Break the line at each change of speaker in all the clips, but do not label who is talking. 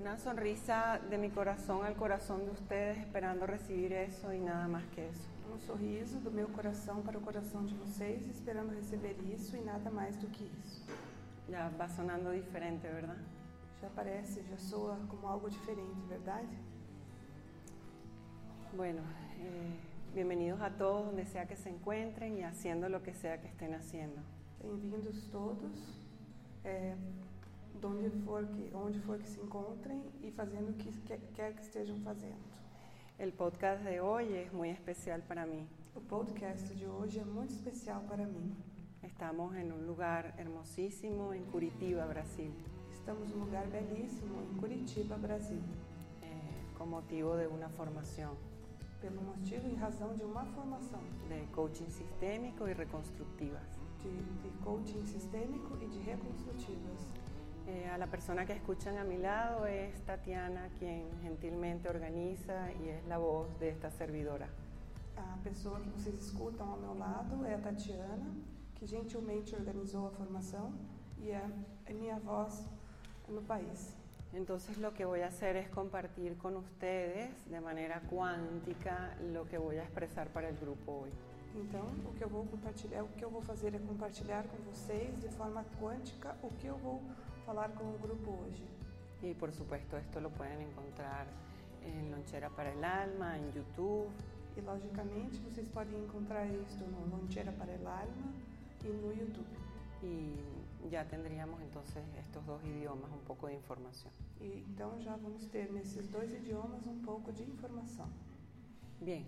Una sonrisa de mi corazón al corazón de ustedes esperando recibir eso y nada más que eso.
Um sorriso do meu coração para o coração de vocês, esperando receber isso e nada mais do que isso.
Ya va sonando diferente, ¿verdad?
Já parece, já soa como algo diferente, verdade?
Bueno, eh, bienvenidos a todos donde sea que se encuentren y haciendo lo que sea que estén haciendo.
Bem-vindos todos, é, de onde for que, onde for que se encontrem e fazendo o que que- quer que estejam fazendo.
El podcast de hoy es muy especial para mí.
O podcast de hoje é muito especial para mim.
Estamos en un lugar hermosísimo en Curitiba, Brasil,
Estamos num lugar belíssimo em Curitiba, Brasil,
eh, con motivo de una formación
pelo motivo e razão de uma formação
de coaching sistémico y reconstructivas.
de, de coaching sistêmico e de reconstrutivas.
Eh, a la persona que escuchan a mi lado es Tatiana, quien gentilmente organiza y es la voz de esta servidora.
A pessoa que vocês escutam ao meu lado é a Tatiana, que gentilmente organizou a formação e é a minha voz no país.
Entonces lo que voy a hacer es compartir con ustedes de manera cuántica lo que voy a expresar para el grupo hoy.
Então, o que eu vou compartilhar, o que eu vou fazer é compartilhar com vocês de forma quântica o que eu vou falar com o grupo hoje.
Y por supuesto esto lo pueden encontrar en Lonchera para el Alma, en YouTube,
E logicamente, vocês podem encontrar isso no Loncheira para el Alma e no YouTube.
y ya tendríamos entonces estos dos idiomas un poco de información.
E então já vamos ter nesses dois idiomas um pouco de informação.
Bien,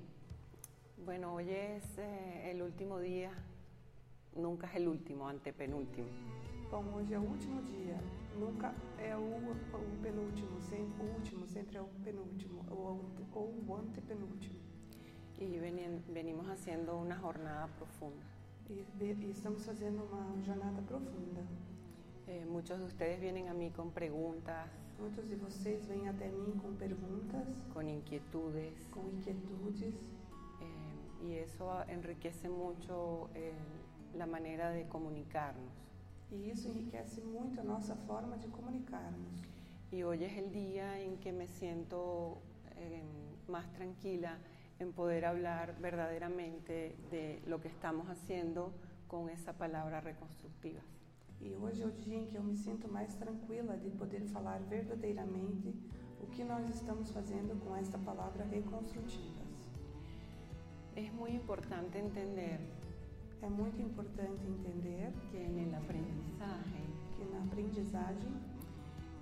bueno, hoy es eh, el último día, nunca es el último, antepenúltimo.
Bom, hoje é o último dia. Nunca é o, o penúltimo, sempre, o último sempre é o penúltimo, ou, o ante- ou o antepenúltimo.
Y venien- venimos haciendo una jornada profunda.
E, de- e estamos fazendo uma jornada profunda.
Eh, muchos de ustedes vienen a mí con preguntas,
Muitos de vocês vêm até mim com perguntas,
con inquietudes,
com inquietudes,
eh, y eso enriquece mucho eh, la manera de comunicarnos.
e isso enriquece muito a nossa forma de comunicarmos.
Y hoy es el día en que me siento eh, más tranquila en poder hablar verdaderamente de lo que estamos haciendo con esa palabra reconstructiva.
E hoje é o dia em que eu me sinto mais tranquila de poder falar verdadeiramente o que nós estamos fazendo com esta palavra reconstrutivas.
Es muy importante entender
É muito importante entender
que en el aprendizaje
que na aprendizagem,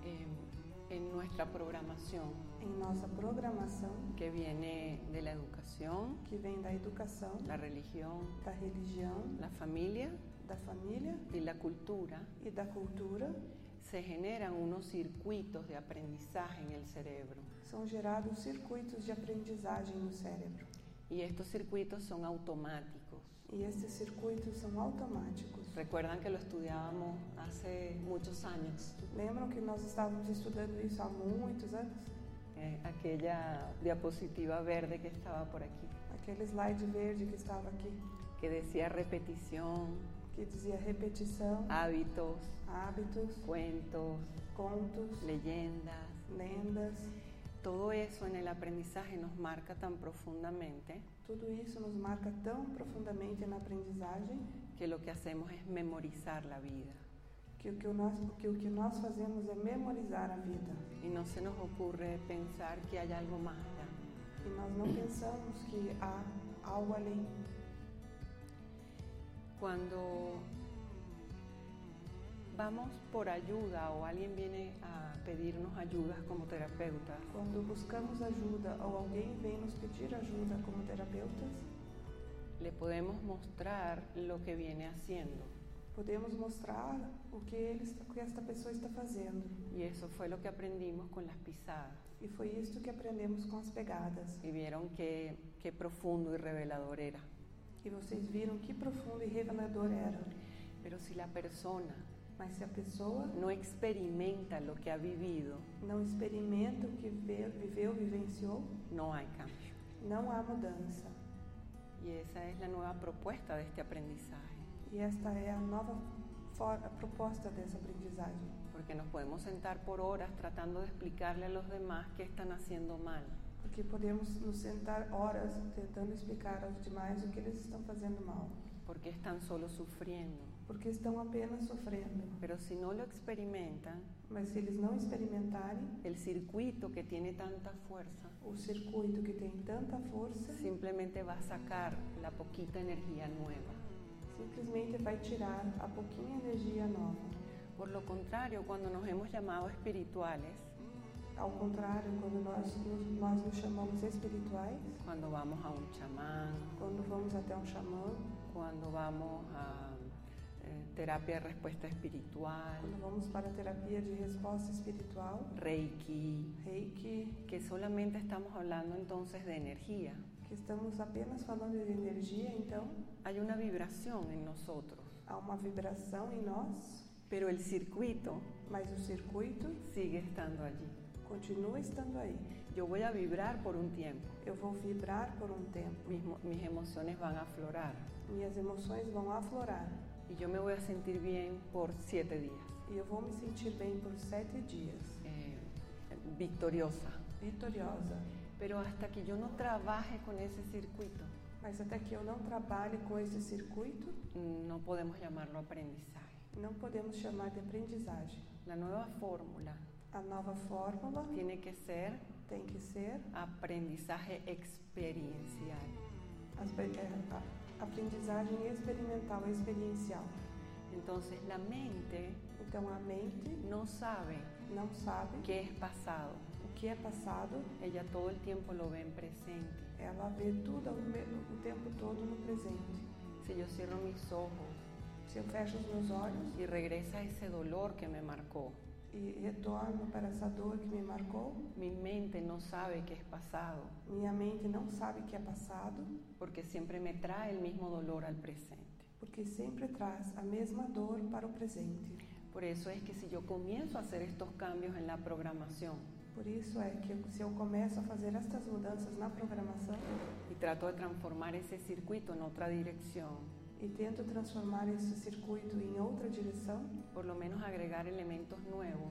eh, en nuestra programación
em nossa programação,
que viene de la educación,
que vem da educação,
la religión,
da religião,
la familia
da família
y la cultura,
e da cultura,
se generan unos circuitos de aprendizaje en el cerebro.
são gerados circuitos de aprendizagem no cérebro.
Y estos circuitos son automáticos.
E esses circuitos são automáticos.
Recuerdan que lo estudiábamos hace muchos años,
Lembram que nós estávamos estudando isso há muitos anos?
Eh, aquella diapositiva verde que estaba por aquí,
Aquele slide verde que estava aqui,
que decía repetición,
que dizia repetição,
hábitos,
hábitos,
cuentos,
contos,
leyendas.
lendas.
Todo eso en el aprendizaje nos marca tan profundamente
Tudo isso nos marca tão profundamente na aprendizagem
que lo que hacemos es memorizar la vida.
que o que nós, que o que nós fazemos é memorizar a vida.
Y no se nos ocurre pensar que hay algo más allá.
E nós não pensamos que há algo além.
Cuando vamos por ayuda o alguien viene a pedirnos ayudas como terapeutas,
Quando buscamos ajuda ou alguém vem nos pedir ajuda como terapeutas,
le podemos mostrar lo que viene haciendo.
podemos mostrar o que, ele, está- o que esta pessoa está fazendo.
Y eso fue lo que aprendimos con las pisadas.
E foi isto que aprendemos com as pegadas.
Y vieron qué, qué profundo y revelador era.
E vocês viram que profundo e revelador era.
Pero si la persona
Mas se a pessoa
no experimenta lo que ha vivido,
não experimenta o que vê- viveu, vivenciou,
no hay cambio.
não há mudança.
Y esa es la nueva propuesta de este aprendizaje,
E esta é a nova for- a proposta dessa aprendizagem.
porque nos podemos sentar por horas tratando de explicarle a los demás qué están haciendo mal.
Porque podemos nos sentar horas tentando explicar aos demais o que eles estão fazendo mal,
porque están solo sufriendo.
porque estão apenas sofrendo.
Pero si no lo experimentan,
Mas se eles não experimentarem,
el circuito que tiene tanta fuerza
o circuito que tem tanta força
simplemente va a sacar la poquita energía nueva.
simplesmente vai tirar a pouquinha energia nova.
Por lo contrario, cuando nos hemos llamado espirituales,
Ao contrário, quando nós nos, nós nos chamamos espirituais,
cuando vamos a un chamán,
quando vamos até um xamã,
cuando vamos a eh, terapia de respuesta espiritual,
quando vamos para a terapia de resposta espiritual,
reiki,
reiki,
que solamente estamos hablando entonces de energía,
que estamos apenas falando de energia, então
hay una vibración en nosotros,
há uma vibração em nós,
pero el circuito
mas o circuito
sigue estando allí.
continua estando aí.
Yo voy a vibrar por un tiempo,
Eu vou vibrar por um tempo,
mis, mo- mis emociones van a aflorar
minhas emoções vão aflorar
y yo me voy a sentir bien por siete días,
e eu vou me sentir bem por sete dias,
eh, victoriosa.
vitoriosa.
Pero hasta que yo no trabaje con ese circuito,
Mas até que eu não trabalhe com esse circuito,
no podemos llamarlo aprendizaje.
não podemos chamar de aprendizagem.
La nueva fórmula
A nova fórmula
tiene que ser
tem que ser
aprendizaje experiencial.
as pe- é, a- aprendizagem experimental, experiencial.
Entonces la mente
Então a mente
no sabe
não sabe
qué es pasado,
o que é passado,
ella todo el tiempo lo ve en presente.
ela vê tudo ao me- o tempo todo no presente.
Si yo cierro mis ojos
Se eu fecho os meus olhos
y regresa ese dolor que me marcó,
e retorno para essa dor que me marcou,
mi mente no sabe qué es pasado,
minha mente não sabe que é passado,
porque siempre me trae el mismo dolor al presente.
porque sempre traz a mesma dor para o presente.
Por eso es que si yo comienzo a hacer estos cambios en la programación
Por isso é que eu- se eu começo a fazer estas mudanças na programação
y trato de transformar ese circuito en otra dirección,
e tento transformar esse circuito em outra direção,
por lo menos agregar elementos nuevos,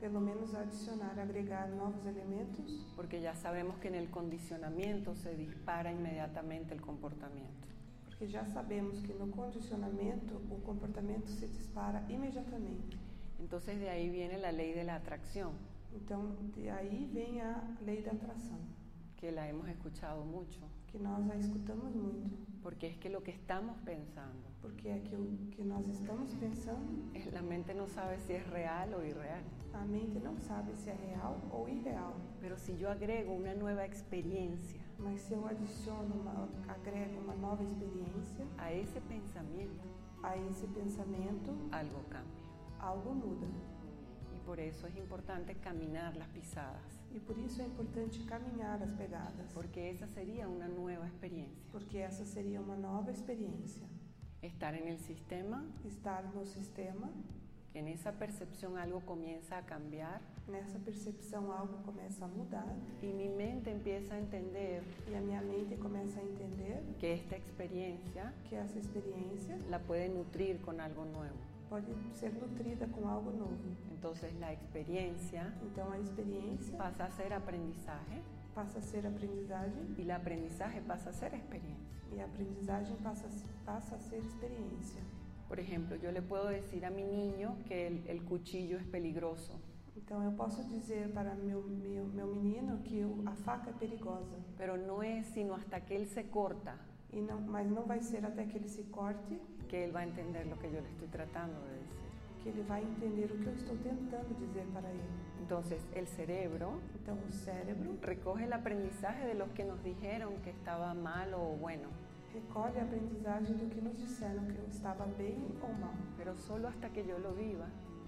pelo menos adicionar, agregar novos elementos,
porque ya sabemos que en el condicionamiento se dispara inmediatamente el comportamiento.
porque já sabemos que no condicionamento o comportamento se dispara imediatamente.
Entonces de ahí viene la ley de la atracción,
Então, de aí vem a lei da atração,
que la hemos escuchado mucho,
que nós a escutamos muito.
porque es que lo que estamos pensando
Porque é aquilo que nós estamos pensando,
Es- eh, La mente no sabe si es real o irreal.
a mente não sabe se é real ou irreal.
Pero si yo agrego una nueva experiencia
Mas se eu adiciono, uma, agrego uma nova experiência
a ese pensamiento,
a esse pensamento,
algo cambia.
algo muda.
Y por eso es importante caminar las pisadas,
E por isso é importante caminhar as pegadas,
porque esa sería una nueva experiencia.
porque essa seria uma nova experiência.
Estar en el sistema
Estar no sistema
que en esa percepción algo comienza a cambiar
Nessa percepção, algo começa a mudar
y mi mente empieza a entender
e a minha mente começa a entender
que esta experiencia
que essa experiência
la puede nutrir con algo nuevo.
pode ser nutrida com algo novo.
Entonces la experiencia
Então, a experiência
pasa a ser aprendizaje
passa a ser aprendizagem
y el aprendizaje pasa a ser experiencia.
e a aprendizagem passa, a- passa a ser experiência.
Por ejemplo, yo le puedo decir a mi niño que el, el cuchillo es peligroso,
Então, eu posso dizer para meu, meu, meu menino que o- a faca é perigosa,
pero no es sino hasta que él se corta
e não, mas não vai ser até que ele se corte
que él va a entender lo que yo le estoy tratando de decir.
que ele vai entender o que eu estou tentando dizer para ele.
Entonces el cerebro
Então, o cérebro
recoge el aprendizaje de los que nos dijeron que estaba mal o bueno,
recolhe a aprendizagem do que nos disseram que eu estava bem ou mal,
pero solo hasta que yo lo viva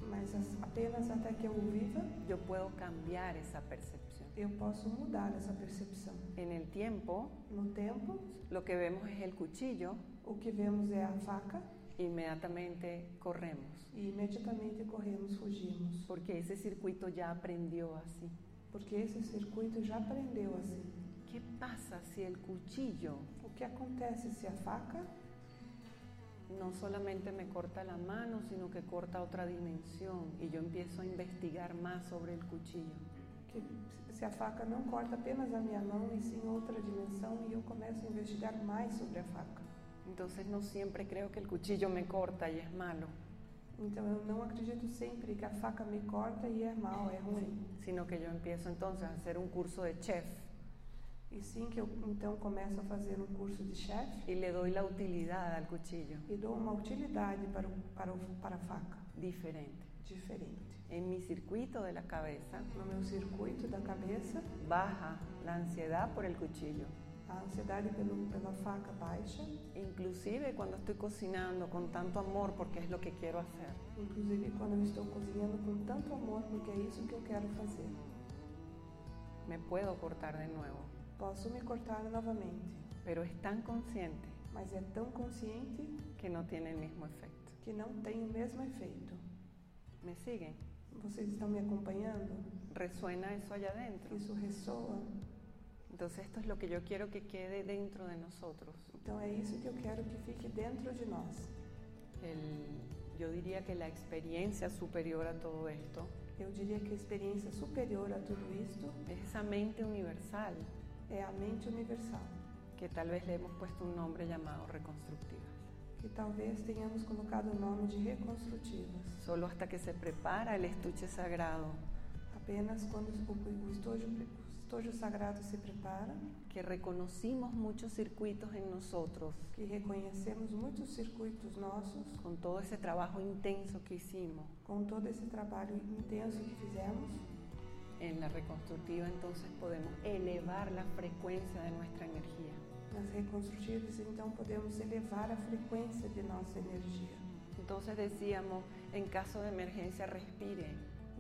mas as- apenas até que eu o viva,
yo puedo cambiar esa percepción.
eu posso mudar essa percepção.
En el tiempo
No tempo,
lo que vemos es el cuchillo,
o que vemos é a faca
inmediatamente corremos,
e imediatamente corremos, fugimos,
porque ese circuito ya aprendió así.
porque esse circuito já aprendeu assim.
¿Qué pasa si el cuchillo
O que acontece se a faca
no solamente me corta la mano, sino que corta otra dimensión y yo empiezo a investigar más sobre el cuchillo?
que se a faca não corta apenas a minha mão e sim outra dimensão e eu começo a investigar mais sobre a faca.
Entonces no siempre creo que el cuchillo me corta y es malo,
Então eu não acredito sempre que a faca me corta e é mal, é ruim.
sino que yo empiezo entonces a hacer un curso de chef
E sim que eu então começo a fazer um curso de chefe
y le doy la utilidad al cuchillo,
e dou uma utilidade para o, para o, para a faca
diferente.
diferente.
En mi circuito de la cabeza
No meu circuito da cabeça,
baja la ansiedad por el cuchillo.
a ansiedade pelo, pela faca baixa,
Inclusive cuando estoy cocinando con tanto amor porque es lo que quiero hacer.
inclusive quando eu estou cozinhando com tanto amor porque é isso que eu quero fazer.
Me puedo cortar de nuevo,
Posso me cortar novamente,
pero es tan consciente
mas é tão consciente
que no tiene el mismo efecto.
que não tem o mesmo efeito.
¿Me siguen?
Vocês estão me acompanhando?
Resuena eso allá adentro.
Isso ressoa?
Entonces esto es lo que yo quiero que quede dentro de nosotros.
Então é isso que eu quero que fique dentro de nós.
El- yo diría que la experiencia superior a todo esto
Eu diria que a experiência superior a tudo isto
es esa mente universal
é a mente universal,
que tal vez le hemos puesto un nombre llamado reconstructiva.
que talvez tenhamos colocado o nome de reconstrutivas.
Solo hasta que se prepara el estuche sagrado
Apenas quando o, o estojo, o estojo sagrado se prepara,
que reconocimos muchos circuitos en nosotros
que reconhecemos muitos circuitos nossos,
con todo ese trabajo intenso que hicimos
com todo esse trabalho intenso que fizemos,
en la reconstructiva, entonces podemos elevar la frecuencia de nuestra energía.
nas reconstrutivas, então podemos elevar a frequência de nossa energia.
Entonces decíamos, en caso de emergencia respire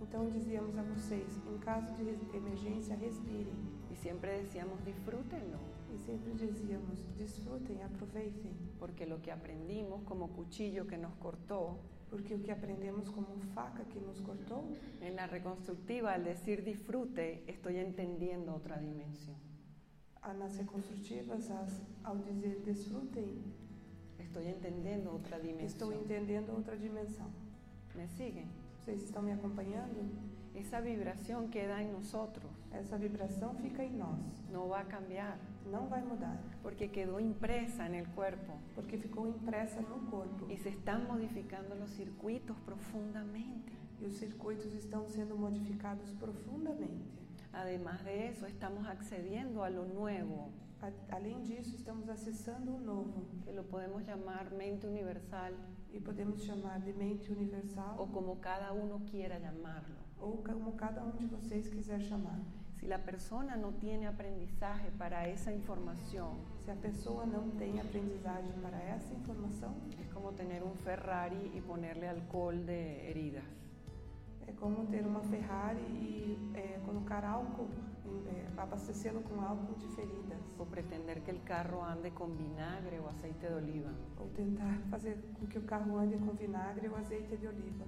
Então dizíamos a vocês, em caso de res- emergência, respirem.
y siempre decíamos disfrútenlo,
E sempre dizíamos: desfrutem, aproveitem,
porque lo que aprendimos como cuchillo que nos cortó,
porque o que aprendemos como faca que nos cortou,
en la reconstructiva al decir disfrute estoy entendiendo otra dimensión,
ah, nas reconstrutivas, as- ao dizer desfrutem,
estoy entendiendo otra
estou
dimensión.
entendendo outra dimensão.
¿Me siguen?
Vocês estão me acompanhando?
Esa vibración queda en nosotros,
Essa vibração fica em nós,
no va a cambiar,
não vai mudar,
porque quedó impresa en el cuerpo
porque ficou impressa no corpo
y se están modificando los circuitos profundamente.
e os circuitos estão sendo modificados profundamente.
Además de eso, estamos accediendo a lo nuevo,
A- além disso, estamos acessando o novo
que lo podemos llamar mente universal
e podemos chamar de mente universal
o como cada uno quiera llamarlo.
ou como cada um de vocês quiser chamar.
Si la persona no tiene aprendizaje para esa información,
Se a pessoa não tem aprendizagem para essa informação,
es como tener un Ferrari y ponerle alcohol de heridas.
é como ter uma Ferrari e é, colocar álcool, em- é, abastecê-lo com álcool de feridas,
O pretender que el carro ande con vinagre o aceite de oliva.
ou tentar fazer com que o carro ande com vinagre ou azeite de oliva.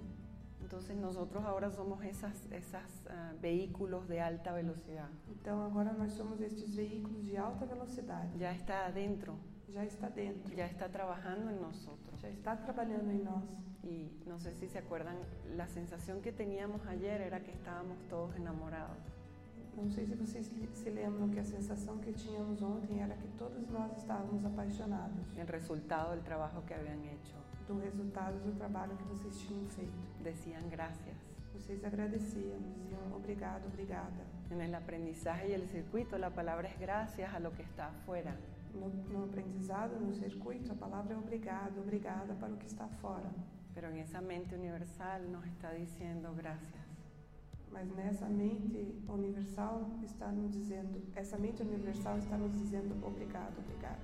Entonces nosotros ahora somos esos esas, ah, vehículos de alta velocidad.
Então agora nós somos estes veículos de alta velocidade.
Ya está adentro,
Já está dentro,
ya está trabajando en nosotros.
já está trabalhando em nós.
Y no sé si se acuerdan, la sensación que teníamos ayer era que estábamos todos enamorados.
Não sei se vocês li- se lembram que a sensação que tínhamos ontem era que todos nós estávamos apaixonados
El resultado del trabajo que habían hecho.
do resultado do trabalho que vocês tinham feito.
Decían gracias.
Vocês agradeciam, diziam obrigado, obrigada.
En el aprendizaje y el circuito la palabra es gracias a lo que está afuera.
No, no aprendizado, no circuito, a palavra é obrigado, obrigada para o que está fora.
Pero en esa mente universal nos está diciendo gracias.
Mas nessa mente universal está nos dizendo, essa mente universal está nos dizendo obrigado, obrigada.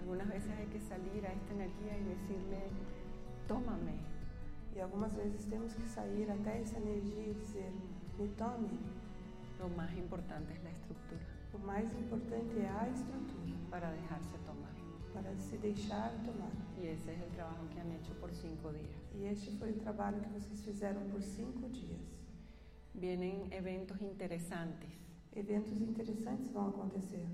Algunas veces hay que salir a esta energía y decirle, tómame,
E algumas vezes temos que sair até essa energia e dizer, me tome,
lo más importante es la estructura
O mais importante é a estrutura,
para dejarse tomar.
para se deixar tomar.
Y ese es el trabajo que han hecho por cinco días.
E este foi o trabalho que vocês fizeram por cinco dias.
Vienen eventos interesantes,
Eventos interessantes vão acontecer,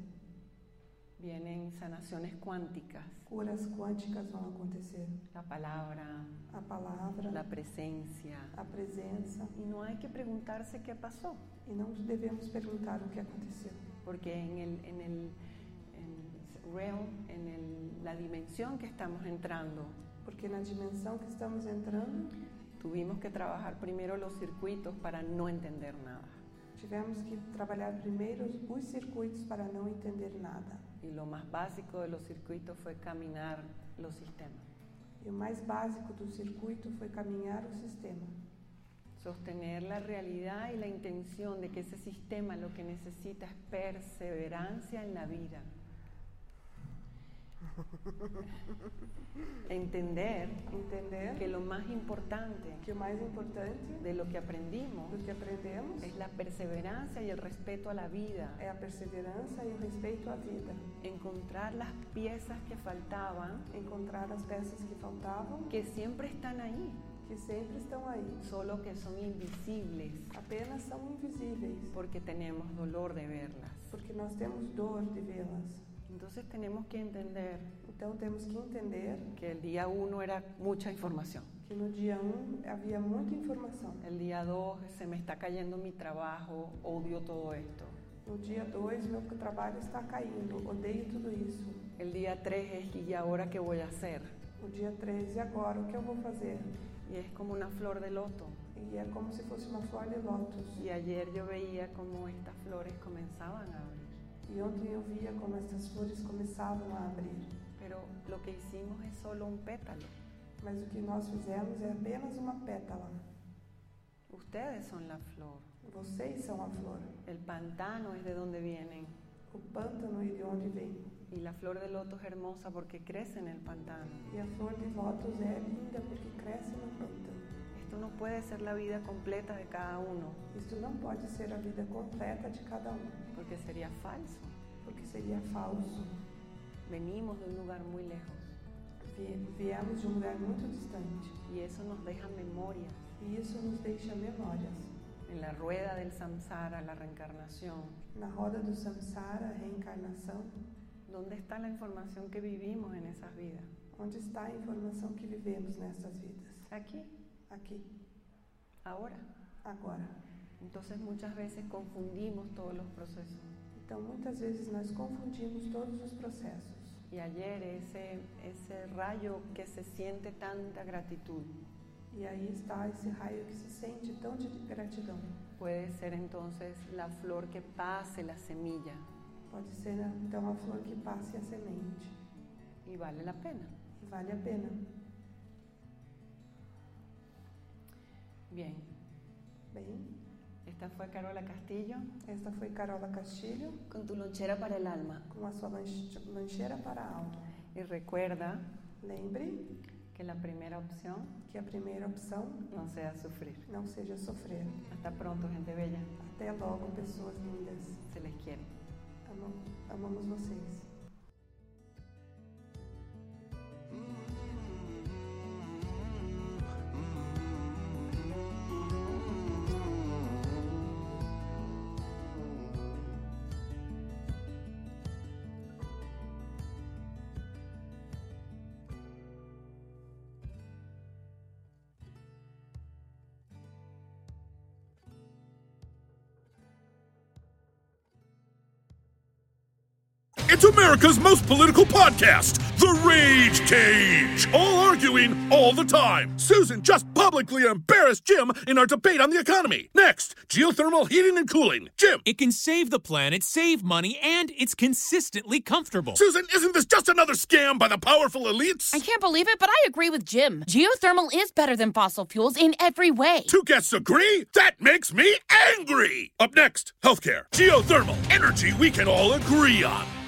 vienen sanaciones cuánticas,
curas quânticas vão acontecer,
la palabra,
a palavra,
la presencia.
a presença.
Y no hay que preguntarse qué pasó,
E não devemos perguntar o que aconteceu,
porque en el, en el en realm, en el- la dimensión que estamos entrando,
porque na dimensão que estamos entrando,
tuvimos que trabajar primero los circuitos para no entender nada.
tivemos que trabalhar primeiro os circuitos para não entender nada.
Y lo más básico de los circuitos fue caminar los sistemas,
E o mais básico do circuito foi caminhar o sistema.
sostener la realidad y la intención de que ese sistema lo que necesita es perseverancia en la vida. Entender
Entender
que lo más importante
que o mais importante
de lo que aprendimos
do que aprendemos
es la perseverancia y el respeto a la vida,
é a perseverança e o respeito à vida.
encontrar las piezas que faltaban,
Encontrar as peças que faltavam,
que siempre están ahí,
que sempre estão aí,
solo que son invisibles
apenas são invisíveis,
porque tenemos dolor de verlas.
porque nós temos dor de vê-las.
Entonces tenemos que entender
Então temos que entender
que el día uno era mucha información.
que no dia 1 um, havia muita informação,
El día dos se me está cayendo mi trabajo, odio todo esto.
no dia 2 meu trabalho está caindo, odeio tudo isso.
El día tres es y ahora qué voy a hacer.
O dia 3 e agora o que eu vou fazer?
Y es como una flor de loto.
E é como se fosse uma flor de lótus.
Y ayer yo veía cómo estas flores comenzaban a abrir.
E ontem eu via como essas flores começavam a abrir.
Pero lo que hicimos es solo un pétalo.
Mas o que nós fizemos é apenas uma pétala.
Ustedes son la flor.
Vocês são a flor.
El pantano es de donde vienen.
O pântano é de onde vem.
Y la flor de loto es hermosa porque crece en el pantano.
E a flor de lótus é linda porque cresce no pântano.
Esto no puede ser la vida completa de cada uno
Isto não pode ser a vida completa de cada um,
porque sería falso.
porque seria falso.
Venimos de un lugar muy lejos
Vi- Viemos de um lugar muito distante.
y eso nos deja memorias.
E isso nos deixa memórias.
En la rueda del samsara, la reencarnación,
Na roda do samsara, a reencarnação,
¿dónde está la información que vivimos en esas vidas?
onde está a informação que vivemos nessas vidas?
Aquí,
Aqui,
ahora.
agora.
Entonces muchas veces confundimos todos los procesos.
Então, muitas vezes nós confundimos todos os processos.
Y ayer ese, esse rayo que se siente tanta gratitud
E aí está esse raio que se sente tão de gratidão.
puede ser entonces la flor que pase la semilla
Pode ser então a flor que passe a semente.
y vale la pena.
E vale a pena.
Bien,
Bem,
esta fue Carola Castillo
esta foi Carola Castilho
con tu lonchera para el alma.
com a sua lanche- lancheira para a alma.
Y recuerda
Lembre
que la primera opción
que a primeira opção
no sea sufrir.
não seja sofrer.
Hasta pronto, gente bella.
Até logo, pessoas lindas.
Se les quiere.
Amam- amamos vocês.
It's America's most political podcast, The Rage Cage. All arguing all the time. Susan just publicly embarrassed Jim in our debate on the economy. Next, geothermal heating and cooling. Jim.
It can save the planet, save money, and it's consistently comfortable.
Susan, isn't this just another scam by the powerful elites?
I can't believe it, but I agree with Jim. Geothermal is better than fossil fuels in every way.
Two guests agree? That makes me angry! Up next, healthcare, geothermal, energy we can all agree on.